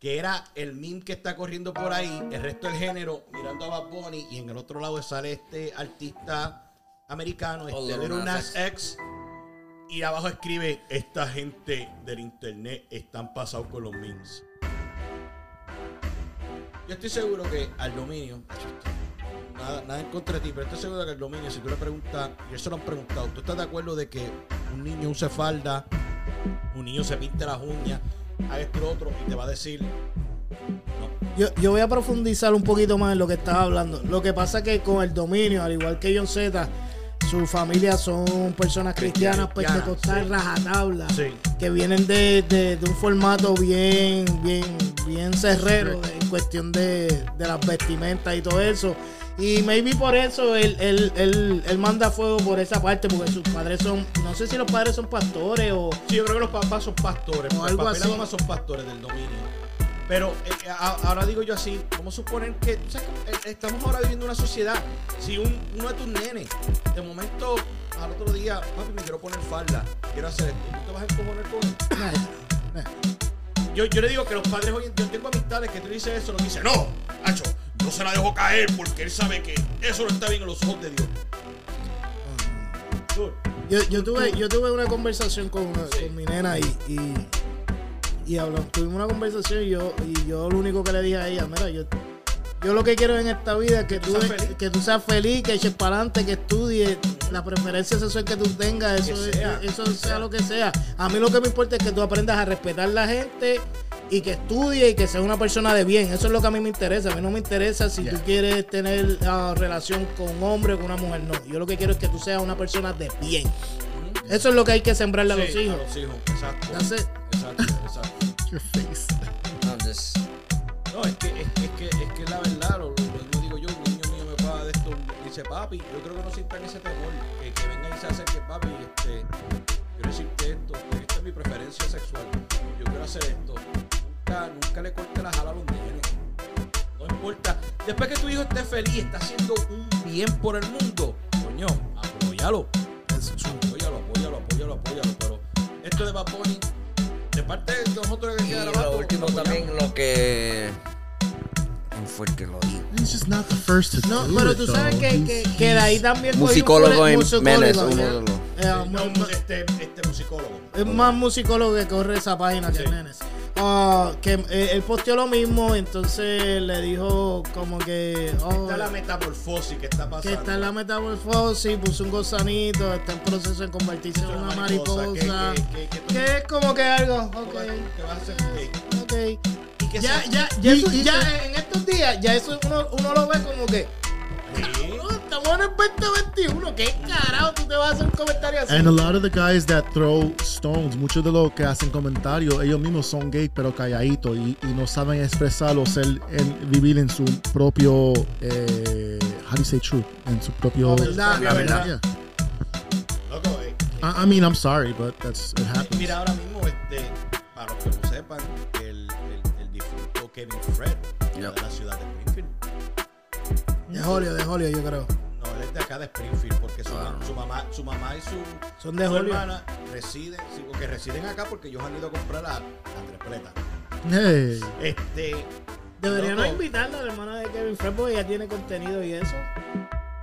que era el meme que está corriendo por ahí, el resto del género mirando a Bad Bunny y en el otro lado sale este artista americano,
Oh,
este
Lil
Lil
Nas
Nas X. Y abajo escribe, esta gente del internet están pasados con los memes. Yo estoy seguro que al dominio, nada, nada en contra de ti, pero estoy seguro que al dominio, si tú le preguntas, y eso lo han preguntado, ¿tú estás de acuerdo de que un niño use falda, un niño se pinte las uñas, haga esto y lo otro, y te va a decir,
Yo, yo voy a profundizar un poquito más en lo que estaba hablando. Lo que pasa que con el dominio, al igual que John Z, su familia son personas cristianas,
Cristianas,
pentecostales,
sí.
rajatabla,
Sí.
que vienen de, de- de un formato bien, bien, bien cerrero de- en cuestión de, de las vestimentas y todo eso. Y maybe por eso él, él, él, él manda fuego por esa parte, porque sus padres son, no sé si los padres son pastores o...
Sí, yo creo que los papás son pastores.
O algo
porque el papá y la
así.
mamá son pastores del dominio. Pero eh, a- ahora digo yo así, vamos a suponer que o sea, que, eh, estamos ahora viviendo una sociedad. Si un, uno de tus nenes, de momento al otro día, papi, me quiero poner falda, quiero hacer esto, ¿tú te vas a encojonar con él? Yo, yo le digo que los padres hoy en- yo tengo amistades que tú le dices eso, nos dicen, no, Hacho, no se la dejo caer porque él sabe que eso no está bien en los ojos de Dios. Dude,
Yo, yo, tuve, yo tuve una conversación con, una- con mi nena y, y, y hablamos. Tuvimos una conversación y yo, y yo lo único que le dije a ella, mira, yo, yo lo que quiero en esta vida es que, tú,
seas feliz.
que tú seas feliz, que eches para adelante, que estudies, la preferencia sexual que tú tengas, eso,
Que
es- eh,
sea,
eso sea lo que sea. A mí lo que me importa es que tú aprendas a respetar la gente y que estudie y que seas una persona de bien. Eso es lo que a mí me interesa. A mí no me interesa si tú quieres tener ah, relación con un hombre o con una mujer. No, yo lo que quiero es que tú seas una persona de bien. Eso es lo que hay que sembrarle a los
Mm. sí,
hijos.
A los hijos, exacto.
Entonces,
Exacto, exacto.
eso. Your face.
I'm just-
No, es que, es, es que, es que la verdad, lo, lo- lo digo yo, un niño mío me paga de esto, me dice, papi, yo creo que no sientan ese temor, que, que venga y se acerque, papi, este, quiero decirte esto, que esta es mi preferencia sexual, yo quiero hacer esto. Nunca, nunca le corte la jala a los nenes. No importa. Después que tu hijo esté feliz, está haciendo un bien por el mundo, coño, apóyalo. Apóyalo, apóyalo, apóyalo, apóyalo. Pero esto de Bad Bunny, de parte de nosotros que
Y
queda
lo
grabado,
último
lo apoyamos.
también, lo que. ¿Quién fue el que lo dijo?
He's just not the first to
no,
do
pero
it,
tú
though.
sabes que, que, que de ahí también
Un
cogí un
psicólogo
cole-
en
musicólogo,
Menes, uno
¿eh?
de los-
Eh,
Sí,
mu-
no,
mu-
este, este musicólogo.
Es más musicólogo que corre esa página que
Sí.
nenes. Ah, que eh, él posteó lo mismo, entonces le dijo como que. oh,
Está la metamorfosis que está pasando.
que está en la metamorfosis, puso un gozanito, está en proceso de convertirse en
Es
una mariposa.
que- que- que- que-
Que es como que algo.
que va-
Ok.
que va a ser- que-
Ok.
y que
Ya,
se-
ya, ya,
Y-
eso-
y-
ya en estos días, ya eso uno, uno lo ve como que.
Sí.
"Oh, estamos en el 2021, ¿qué carajo tú te vas a hacer un comentario así?
And a lot of the guys that throw stones, muchos de los que hacen comentarios, ellos mismos son gay pero calladitos y, y no saben expresarlo, ser, en- vivir en su propio, eh, how do you say truth, en su propio...
La verdad,
la verdad.
Yeah.
Loco, eh,
I, I mean, I'm sorry, but that's it
eh,
happens.
mira ahora mismo, este, para los que no sepan, el, el, el difunto Kevin Fred,
Yep.
de la ciudad de Springfield.
De Jolio, de Jolio, yo creo.
No, él es es de acá de Springfield, porque su, ma- su mamá, su mamá y su,
Son de
su
Hollywood.
hermana residen, sí, porque residen acá porque ellos han ido a comprar la, la tripleta.
Hey.
Este,
Deberían
Loco.
invitarla a la hermana de Kevin Fred porque ella tiene contenido y eso.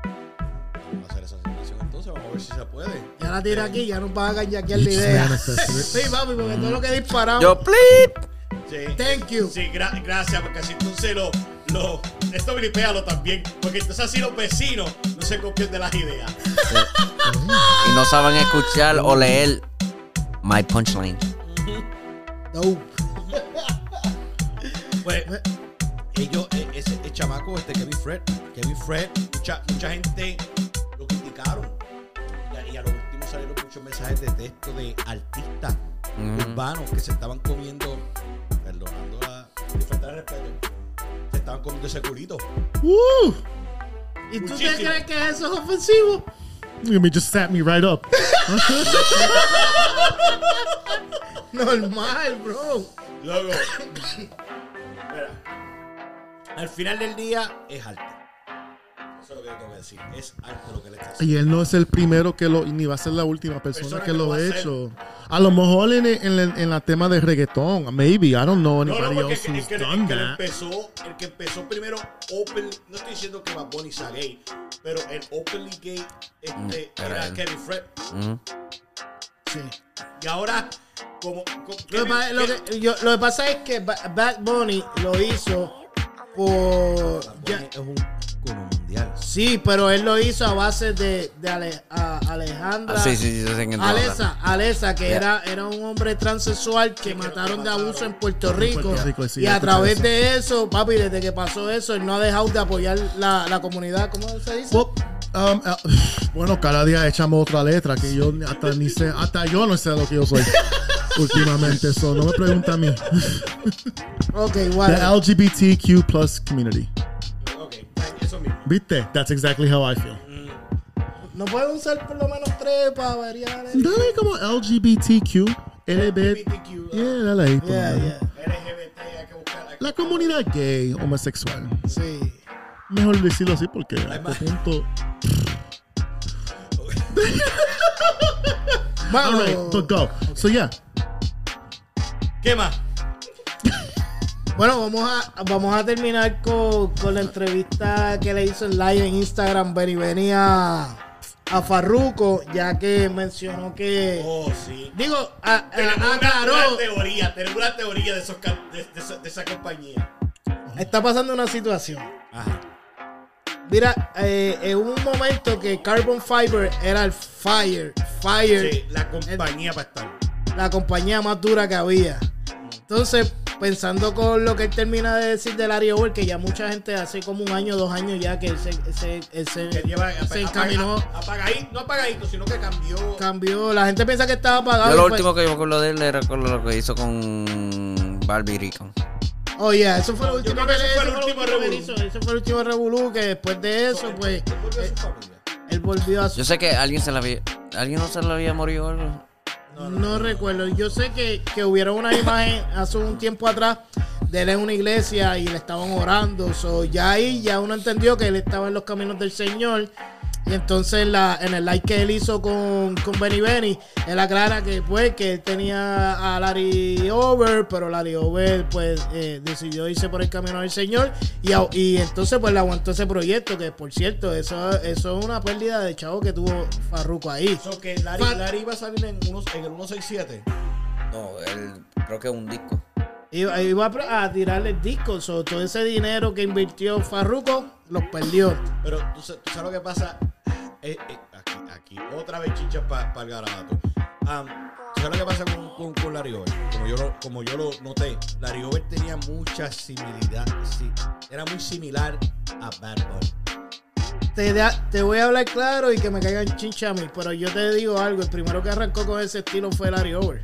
vamos a hacer esa situación entonces, vamos a ver si se puede.
Ya la tira aquí, ya no pagan ya aquí
You
la
just
idea.
manifested it.
Sí, papi, porque todo lo que disparamos.
Yo, please.
Sí.
Thank you.
Sí, gra- gracias, porque así entonces lo, lo. Esto blipéalo también, porque entonces así los vecinos no se copian de las ideas.
Y no saben escuchar o leer my punchline.
Dope.
Pues, ellos, eh, ese el chamaco, este Kevin Fred, Kevin Fred, mucha, mucha gente lo criticaron. Y a, y a lo último salieron muchos mensajes de texto de artistas urbanos que se estaban comiendo, perdonando la sin faltar de respeto, se estaban comiendo ese culito.
Woo!
¿Y tú te
Muchísimo.
crees que eso es ofensivo?
Look at me, just sat me right up.
Normal, bro.
Luego, mira, al final del día es arte. Eso es lo que yo tengo que decir. Es arte lo que le está haciendo.
Y él no es el primero que lo, ni va a ser la última persona, que lo ha hecho. A lo mejor en, en, la- en la tema de reggaetón, maybe, I don't know
No,
anybody
no, porque
else
el,
who's
que, el que- el
done
que
that.
empezó, el que empezó primero open, no estoy diciendo que Bad Bunny sea gay, pero el openly gay este,
Mm, era
era
él.
Kevin Fred.
Mm.
Sí.
Y ahora, como, como
Lo, que pa- lo
Kevin-
que, yo- lo que pasa es que Ba- Bad Bunny lo hizo por.
Bad
ya-
Bunny es un cono mundial.
sí, pero él lo hizo a base de, de Ale- a- Alejandra.
Ah, sí, sí, sí, sé que
Alesa, Alesa, que
Ya.
era, era un hombre transexual que
que lo
mataron de
mataron.
abuso en Puerto Rico.
Puerto Rico, sí,
y
yo
a
escuché
través
eso.
de eso, papi, desde que pasó eso, él no ha dejado de apoyar la, la comunidad. ¿Cómo se dice?
Well, um, ah, bueno, cada día echamos otra letra que yo ni- hasta ni sé, hasta yo no sé lo que yo soy últimamente, so no me pregunta a mí.
Ok,
The
igual.
LGBTQ plus community.
Ok, eso mismo.
¿Viste? That's exactly how I feel.
¿No pueden usar por lo menos tres para variar? el-
Dale como LGBTQ, LB,
LGBTQ,
yeah, dale ahí, por lo
Yeah,
menos.
yeah.
LGBT hay que buscar. hay que
La comunidad gay homosexual.
Sí.
Mejor decirlo así porque a este punto.
Vamos.
Oh.
Alright, but go. So yeah.
¿Qué más?
Bueno, vamos a, vamos a terminar con, con la entrevista que le hizo en live en Instagram Benny venía a Farruko, ya que mencionó que.
Oh, sí.
Digo, a- a-
Tenemos una,
aclaró.
una teoría, tenemos una teoría de, esos, ca- de, de esa, de esa compañía.
Está pasando una situación.
Ajá.
Mira, eh, en un momento que Carbon Fiber era el Fire, Fire,
Sí, la compañía para estar.
la compañía más dura que había. Entonces, pensando con lo que él termina de decir del Larry Over, que ya mucha gente hace como un año, dos años ya que él se, se- él se-
Que lleva apa-
se
apaga-
encaminó,
apagadito, no apagadito, sino que cambió.
cambió. La gente piensa que estaba apagado. Pues,
Yo
y
lo
fue-
último que yo me acuerdo de él era con lo que hizo con Barbie Rico.
Oh, yeah, eso fue lo
Yo
último
creo que eso
él-
fue el
eso
último
lo que él
revolú.
hizo, Eso fue el último revolú, que después de eso, pues,
Él volvió a su familia.
él volvió a su
Yo sé que alguien se la había. ¿Alguien no se la había morido o algo?
No, recuerdo. Yo sé que, que hubieron una imagen hace un tiempo atrás de él en una iglesia y le estaban orando. So, ya ahí ya uno entendió que él estaba en los caminos del Señor. Y entonces la, en el like que él hizo con, con Benny Benny, él aclara que pues que él tenía a Larry Over, pero Larry Over pues eh, decidió irse por el camino del Señor y, au- y entonces pues le aguantó ese proyecto, que por cierto, eso, eso es una pérdida de chavo que tuvo Farruko ahí.
So que Larry,
Fat-
Larry iba a salir en, unos, en el 167.
No, él creo que un disco.
Iba, iba a pro- a tirarle el disco, so, todo ese dinero que invirtió Farruko los perdió.
Pero tú, sa- tú sabes lo que pasa. Eh, eh, aquí, aquí, otra vez chicha para el garabato. Am, ¿Tú sabes lo que pasa con, con, con Larry Over? Como yo, lo- como yo lo noté, Larry Over tenía mucha similitud. Sí, era muy similar a Bad Bunny.
Te, da- te voy a hablar claro y que me caigan chincha a mí, pero yo te digo algo, el primero que arrancó con ese estilo fue Larry Over.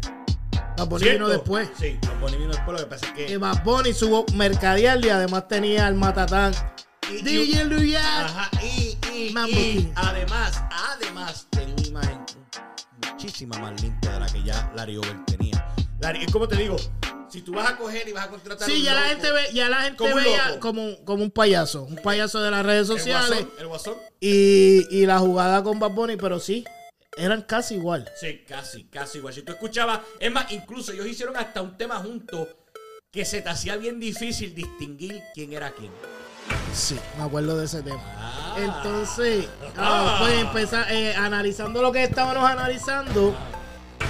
Bad Bunny vino
¿Cierto?
después.
Sí, Bad Bunny vino después. Lo que pasa es que.
Y Bad Bunny subo mercadear y además tenía al Matatán.
y- y-
DJ Luyan.
Ajá, y, y,
Mambo
y
King.
además, además tenía una imagen muchísima más limpia de la que ya Larry Over tenía. Larry, es como te digo, si- Si tú vas a coger y vas a contratar
Sí,
un
ya la
loco,
gente ve, ya la gente
Como un
veía
loco.
como, como un payaso, un payaso de las redes
el
sociales
guasón, el guasón.
y, y la jugada con Bad Bunny, pero sí, eran casi igual.
Sí, casi, casi igual. Si tú escuchabas, es más, incluso ellos hicieron hasta un tema juntos que se te hacía bien difícil distinguir quién era quién.
Sí, me acuerdo de ese tema.
Ah.
Entonces,
Ah.
ah, pues empezar eh, analizando lo que estábamos analizando,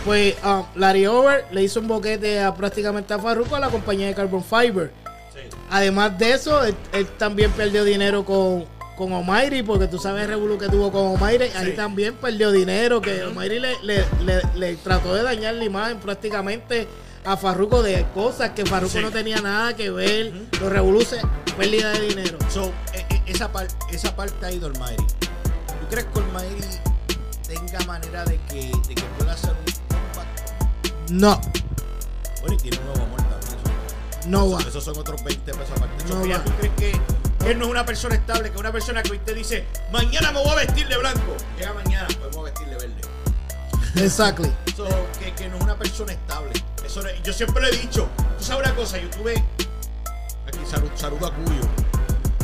pues ah, Larry Over le hizo un boquete a prácticamente a Farruko a la compañía de Carbon Fiber.
Sí.
Además de eso, él, él también perdió dinero con, con Omairi, porque tú sabes el revolú que tuvo con Omairi. Ahí
Sí.
también perdió dinero, que Omairi le, le- le- le trató de dañar la imagen prácticamente a Farruko de cosas que Farruko
Sí.
no tenía nada que ver. Los revoluces, pérdida de dinero.
So, e- e- esa, par- esa parte ahí de Olmairi. ¿Tú crees que Olmairi tenga manera de que, de que pueda hacer un comeback?
No,
Bueno, y tiene un nuevo amor también.
no va.
Eso- Esos son otros 20 pesos aparte.
No
Sofía,
va.
¿tú crees que él no es una persona estable? Que una persona que hoy te dice, mañana me voy a vestir de blanco. Llega mañana, pues me voy a vestir de verde.
Exactly.
So, que, que no es una persona estable. Eso no- yo siempre lo he dicho. Tú sabes una cosa, yo tuve. Aquí saludo, saludo a Cuyo.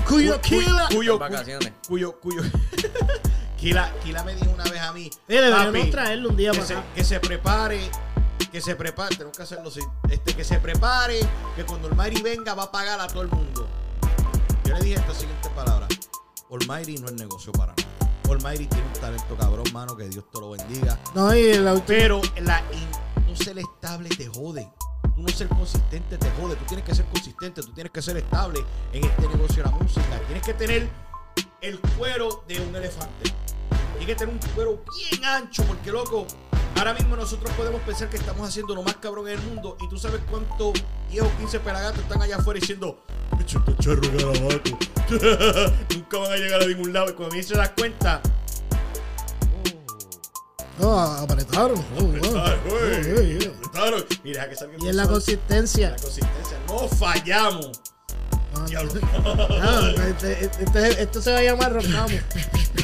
Cuyo
Cu- cu-
Kila.
Cuyo,
Vacaciones.
Cuyo, Cuyo. Kila, Kila me dijo una vez a mí.
Eh, deberíamos
"Papi,
traerlo un día
que
para
se,
acá.
que se prepare, que se prepare, tenemos que hacerlo así. Este, que se prepare, que cuando Olmairi venga va a pagar a todo el mundo. Yo le dije estas siguientes palabras. Olmairi no es negocio para nada. Olmairi tiene un talento cabrón, mano, que Dios te lo bendiga.
No, y la ulti-
Pero la in- no ser estable te jode. Tú no ser consistente te jode. Tú tienes que ser consistente, tú tienes que ser estable en este negocio de la música. Tienes que tener el cuero de un elefante. Tienes que tener un cuero bien ancho, porque loco, ahora mismo nosotros podemos pensar que estamos haciendo lo más cabrón en el mundo. Y tú sabes cuánto 10 o 15 pelagatos están allá afuera diciendo, "Echo, estos charros garabatos. Nunca van a llegar a ningún lado. Y cuando a mí se das cuenta,
Oh, apretaron. Oh, wow.
Apretaron, güey.
Oh, yeah, yeah.
Claro, y deja que salga el
Y es la
sol.
consistencia.
La consistencia. No fallamos.
Ah,
Diablo.
Ah, este- este- este- esto se va a llamar Rocamo.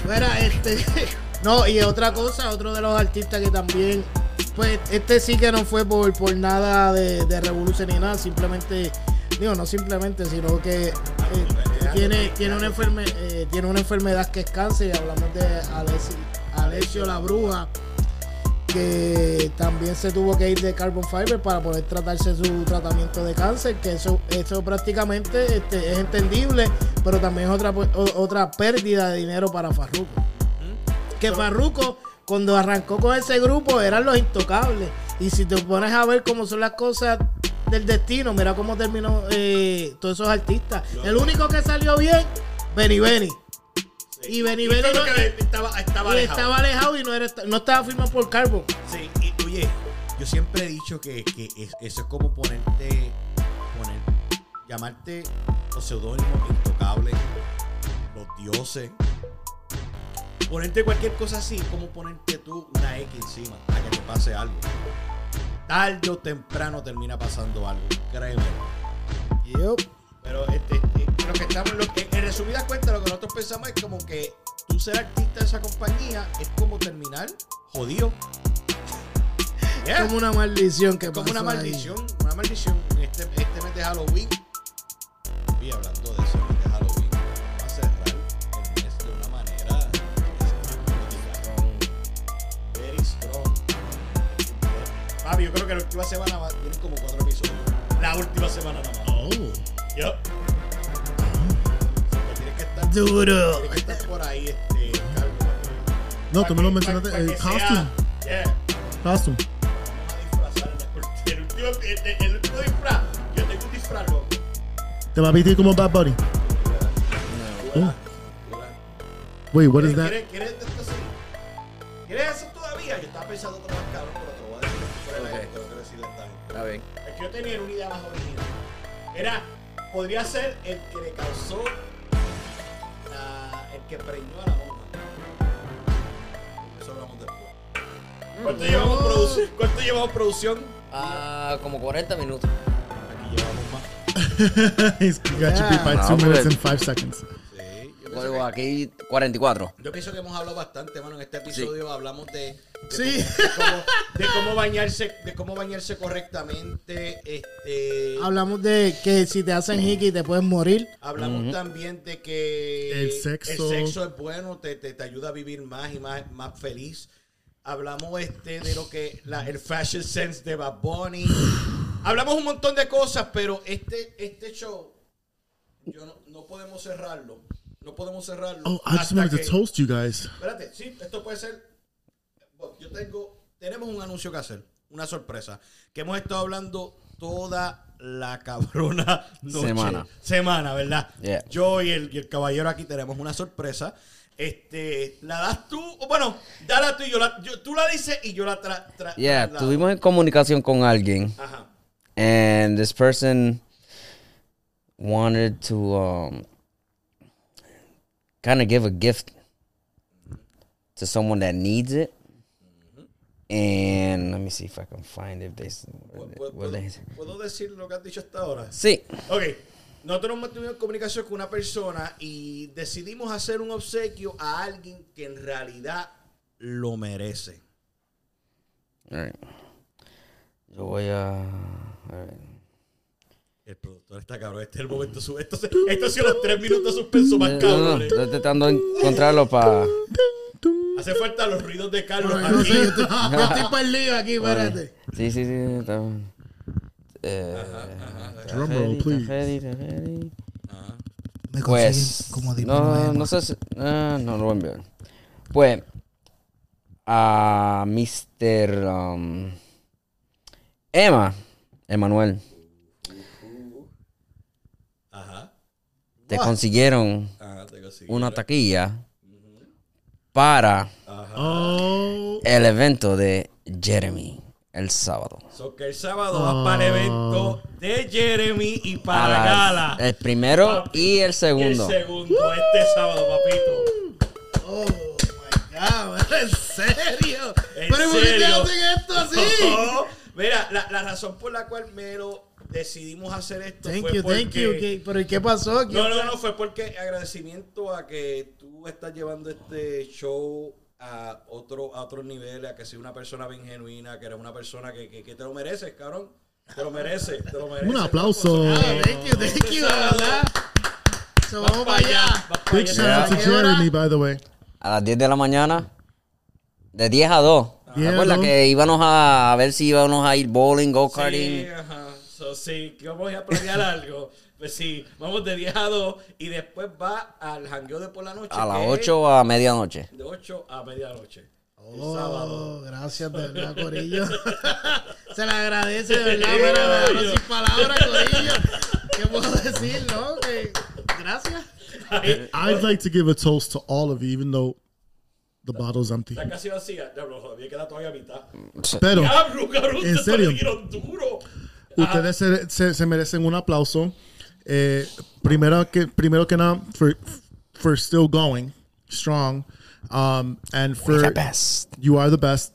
Mira, este. No, y otra cosa, otro de los artistas que también. Pues este sí que no fue por, por nada de, de revolución ni nada, simplemente. Digo, no simplemente, sino que eh, tiene, tiene, una enferme, eh, tiene una enfermedad que es cáncer. y Hablamos de Alessi- Alessio la Bruja, que también se tuvo que ir de Carbon Fiber para poder tratarse su tratamiento de cáncer, que eso, eso prácticamente este, es entendible, pero también es otra, pu- o- otra pérdida de dinero para Farruko. Que Farruko, cuando arrancó con ese grupo, eran los intocables. Y si te pones a ver cómo son las cosas del destino, mira cómo terminó eh, todos esos artistas. El único que salió bien, Benny Benny. Y Benny Benny
creo
no-
que estaba, estaba
y
alejado.
estaba alejado y no, era, no estaba firmado por Carbon.
Sí, y, oye, yo siempre he dicho que, que es- eso es como ponerte, poner, llamarte los seudónimos intocables, los dioses. Ponerte cualquier cosa así, como ponerte tú una X encima a que te pase algo. Tarde o temprano termina pasando algo, créeme. Pero este, este, lo que estamos, lo que- en resumidas cuentas, lo que nosotros pensamos es como que tú ser artista de esa compañía es como terminar jodido. Yeah.
Como una maldición que
Eh. Como una
pasó ahí.
maldición, una maldición. Este, este mes de Halloween. Y hablando de eso, el mes de Halloween, vamos a cerrar el mes de una manera. Very strong. Papi, yo creo que la última semana va- tienen como cuatro episodios. La última semana nada más.
Oh,
Yup. Así que Tienes que estar,
Duro.
tienes que estar por ahí, este, Carlos.
No,
Pa'
tú me lo
que-
mencionaste,
pa- pa'
eh,
que sea-
costume.
Yeah.
Costume.
Vamos a disfrazar en la corte. El último, el, el- el último disfraz. Yo tengo un disfraz, loco.
Te va a vestir como Bad Bunny. Oh. Wait, what is that?
¿Quieres, quieres esto así? ¿Quieres eso todavía? Yo estaba pensando otro más cabrón, pero te lo voy a decir fuera del
Ok.
aire, te lo quiero decir del aire.
Está bien.
El que yo tenía era una idea más original. Era, podría ser el que le causó la- el que preñó a la bomba. Eso hablamos después. ¿Cuánto llevamos, produci- ¿Cuánto llevamos producción?
Ah, como 40 minutos.
Aquí llevamos más.
He's got you beat by
Yeah. No,
two minutes
but-
and five seconds.
Sí, yo pienso que-
Código aquí 44.
Yo pienso que hemos hablado bastante, mano. En este episodio hablamos de, de
Sí.
cómo, de cómo bañarse, de cómo bañarse correctamente. Este,
Hablamos de que si te hacen hickey te puedes morir.
hablamos también de que
El sexo.
el sexo es bueno, te, te, te ayuda a vivir más y más, más feliz. Hablamos este de lo que la, el fashion sense de Bad Bunny. Hablamos un montón de cosas, pero este, este show yo no, no podemos cerrarlo. No podemos cerrarlo.
Oh, I just
hasta
wanted to
que-
toast you guys.
Espérate, sí, esto puede ser. bueno, Yo tengo. Tenemos un anuncio que hacer. Una sorpresa. Que hemos estado hablando toda la cabrona noche.
Semana.
Semana, ¿verdad?
Yeah.
Yo y el, y el caballero aquí tenemos una sorpresa. Este, la das tú, o bueno, dala tú y yo la, yo- tú la dices y yo la tra, tra-
Yeah,
traslado.
tuvimos en comunicación con alguien.
Ajá.
and this person wanted to um, kind of give a gift to someone that needs it. And let me see if I can find if they.
¿Puedo,
Where they
puedo- puedo decir lo que has dicho hasta ahora?
sí.
Ok, nosotros nos mantuvimos en comunicación con una persona y decidimos hacer un obsequio a alguien que en realidad lo merece.
All right. Yo voy a. All right.
El productor está cabrón, este es el momento sube. Esto, se- esto ha sido los tres minutos de suspenso más
No, no, no,
cabrones.
estoy tratando de encontrarlo para.
Hace falta los ruidos de Carlos
Bueno, yo no sé, yo
aquí.
estoy, yo estoy perdido aquí, espérate.
Sí, sí, sí. Está... Eh, está
Drum roll,
ready, está
please.
ready, está ready.
Me
Pues.
consiguen como
no,
diploma.
no sé si. ah, no lo voy a enviar. Pues. A Mr. um, Emma. Emanuel.
Ajá,
Te consiguieron
ajá, te conseguí.
una taquilla para
Oh,
el evento de Jeremy el sábado.
So que el sábado va para el
Ah.
evento de Jeremy y
A
para la
las-
gala.
El primero y el
Y el
segundo.
segundo, este sábado, papito.
Oh my God, en serio.
¿En
Pero ¿por qué te
serio?
hacen esto así?
Ojo. Mira, la, la razón por la cual Mero decidimos hacer esto
Thank
fue
you,
porque...
thank you. ¿Qué- ¿Pero ¿y qué pasó? ¿Qué-
No, no, no, fue porque agradecimiento a que tú estás llevando este show a otro a otros niveles, a que seas una persona bien genuina, que eres una persona que, que, que te lo mereces, cabrón. Te lo mereces, te lo mereces.
un aplauso.
Ah, thank you, thank you, de verdad. So,
Vamos
vamos para allá.
vas para
Big
allá.
shout out to
¿A qué hora?
Jeremy, by the way.
A las 10 de la mañana. De 10 a 2. Ah, ¿Te
10 a
acuerdas
2?
que íbamos a, a ver si íbamos a ir bowling, go-karting?
Sí, ajá. So, sí, que vamos a ir a planear algo. Pues sí, vamos de 10 a 2 y después va al jangueo de por la noche.
A las
que es
8 a medianoche.
De 8 a medianoche. El sábado.
Oh, gracias, de verdad, Corillo. Se le agradece, de verdad,
Sí,
pero me
Corillo.
dejaron sin palabras, Corillo. ¿Qué puedo decir, no? Que- gracias.
I'd like to give a toast to all of you, even though the bottle's empty.
Está casi vacía. Diablo, joder, queda todavía a mitad.
Pero
Cabrón, cabrón,
¿En
te
serio?
dieron duro.
ustedes se, se- se merecen un aplauso. Eh, primero, que, primero que nada, for, for still going strong. Um, and for
best.
you are the best.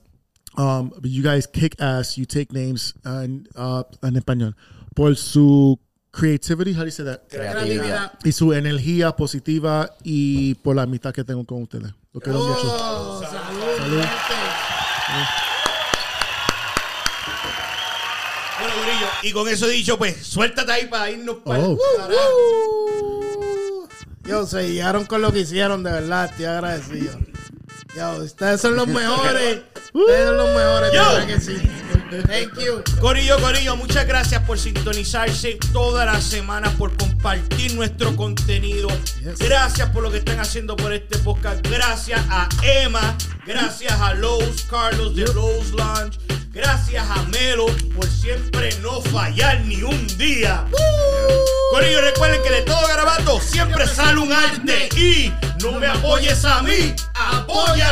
Um, but you guys kick ass. You take names and uh, en español por su creativity. How do you say that?
Creatividad.
Y su energía positiva y por la amistad que tengo con ustedes. Lo quiero mucho.
Oh, salud, gente.
Bueno, Durillo, y con eso dicho, pues suéltate ahí para irnos para
Oh.
Uh, Yo, se guiaron con lo que hicieron, de verdad, estoy agradecido. Yo, ustedes son los mejores. Ustedes son los mejores, de
Yo.
verdad que sí. Thank you.
Corillo, Corillo, muchas gracias por sintonizarse todas las semanas, por compartir nuestro contenido. Gracias por lo que están haciendo por este podcast. Gracias a Emma, gracias a Lowe's Carlos de Lowe's Lounge, gracias a Melo por siempre no fallar ni un día. Corillo, recuerden que de todo garabato siempre sale un arte y no me apoyes a mí, apoya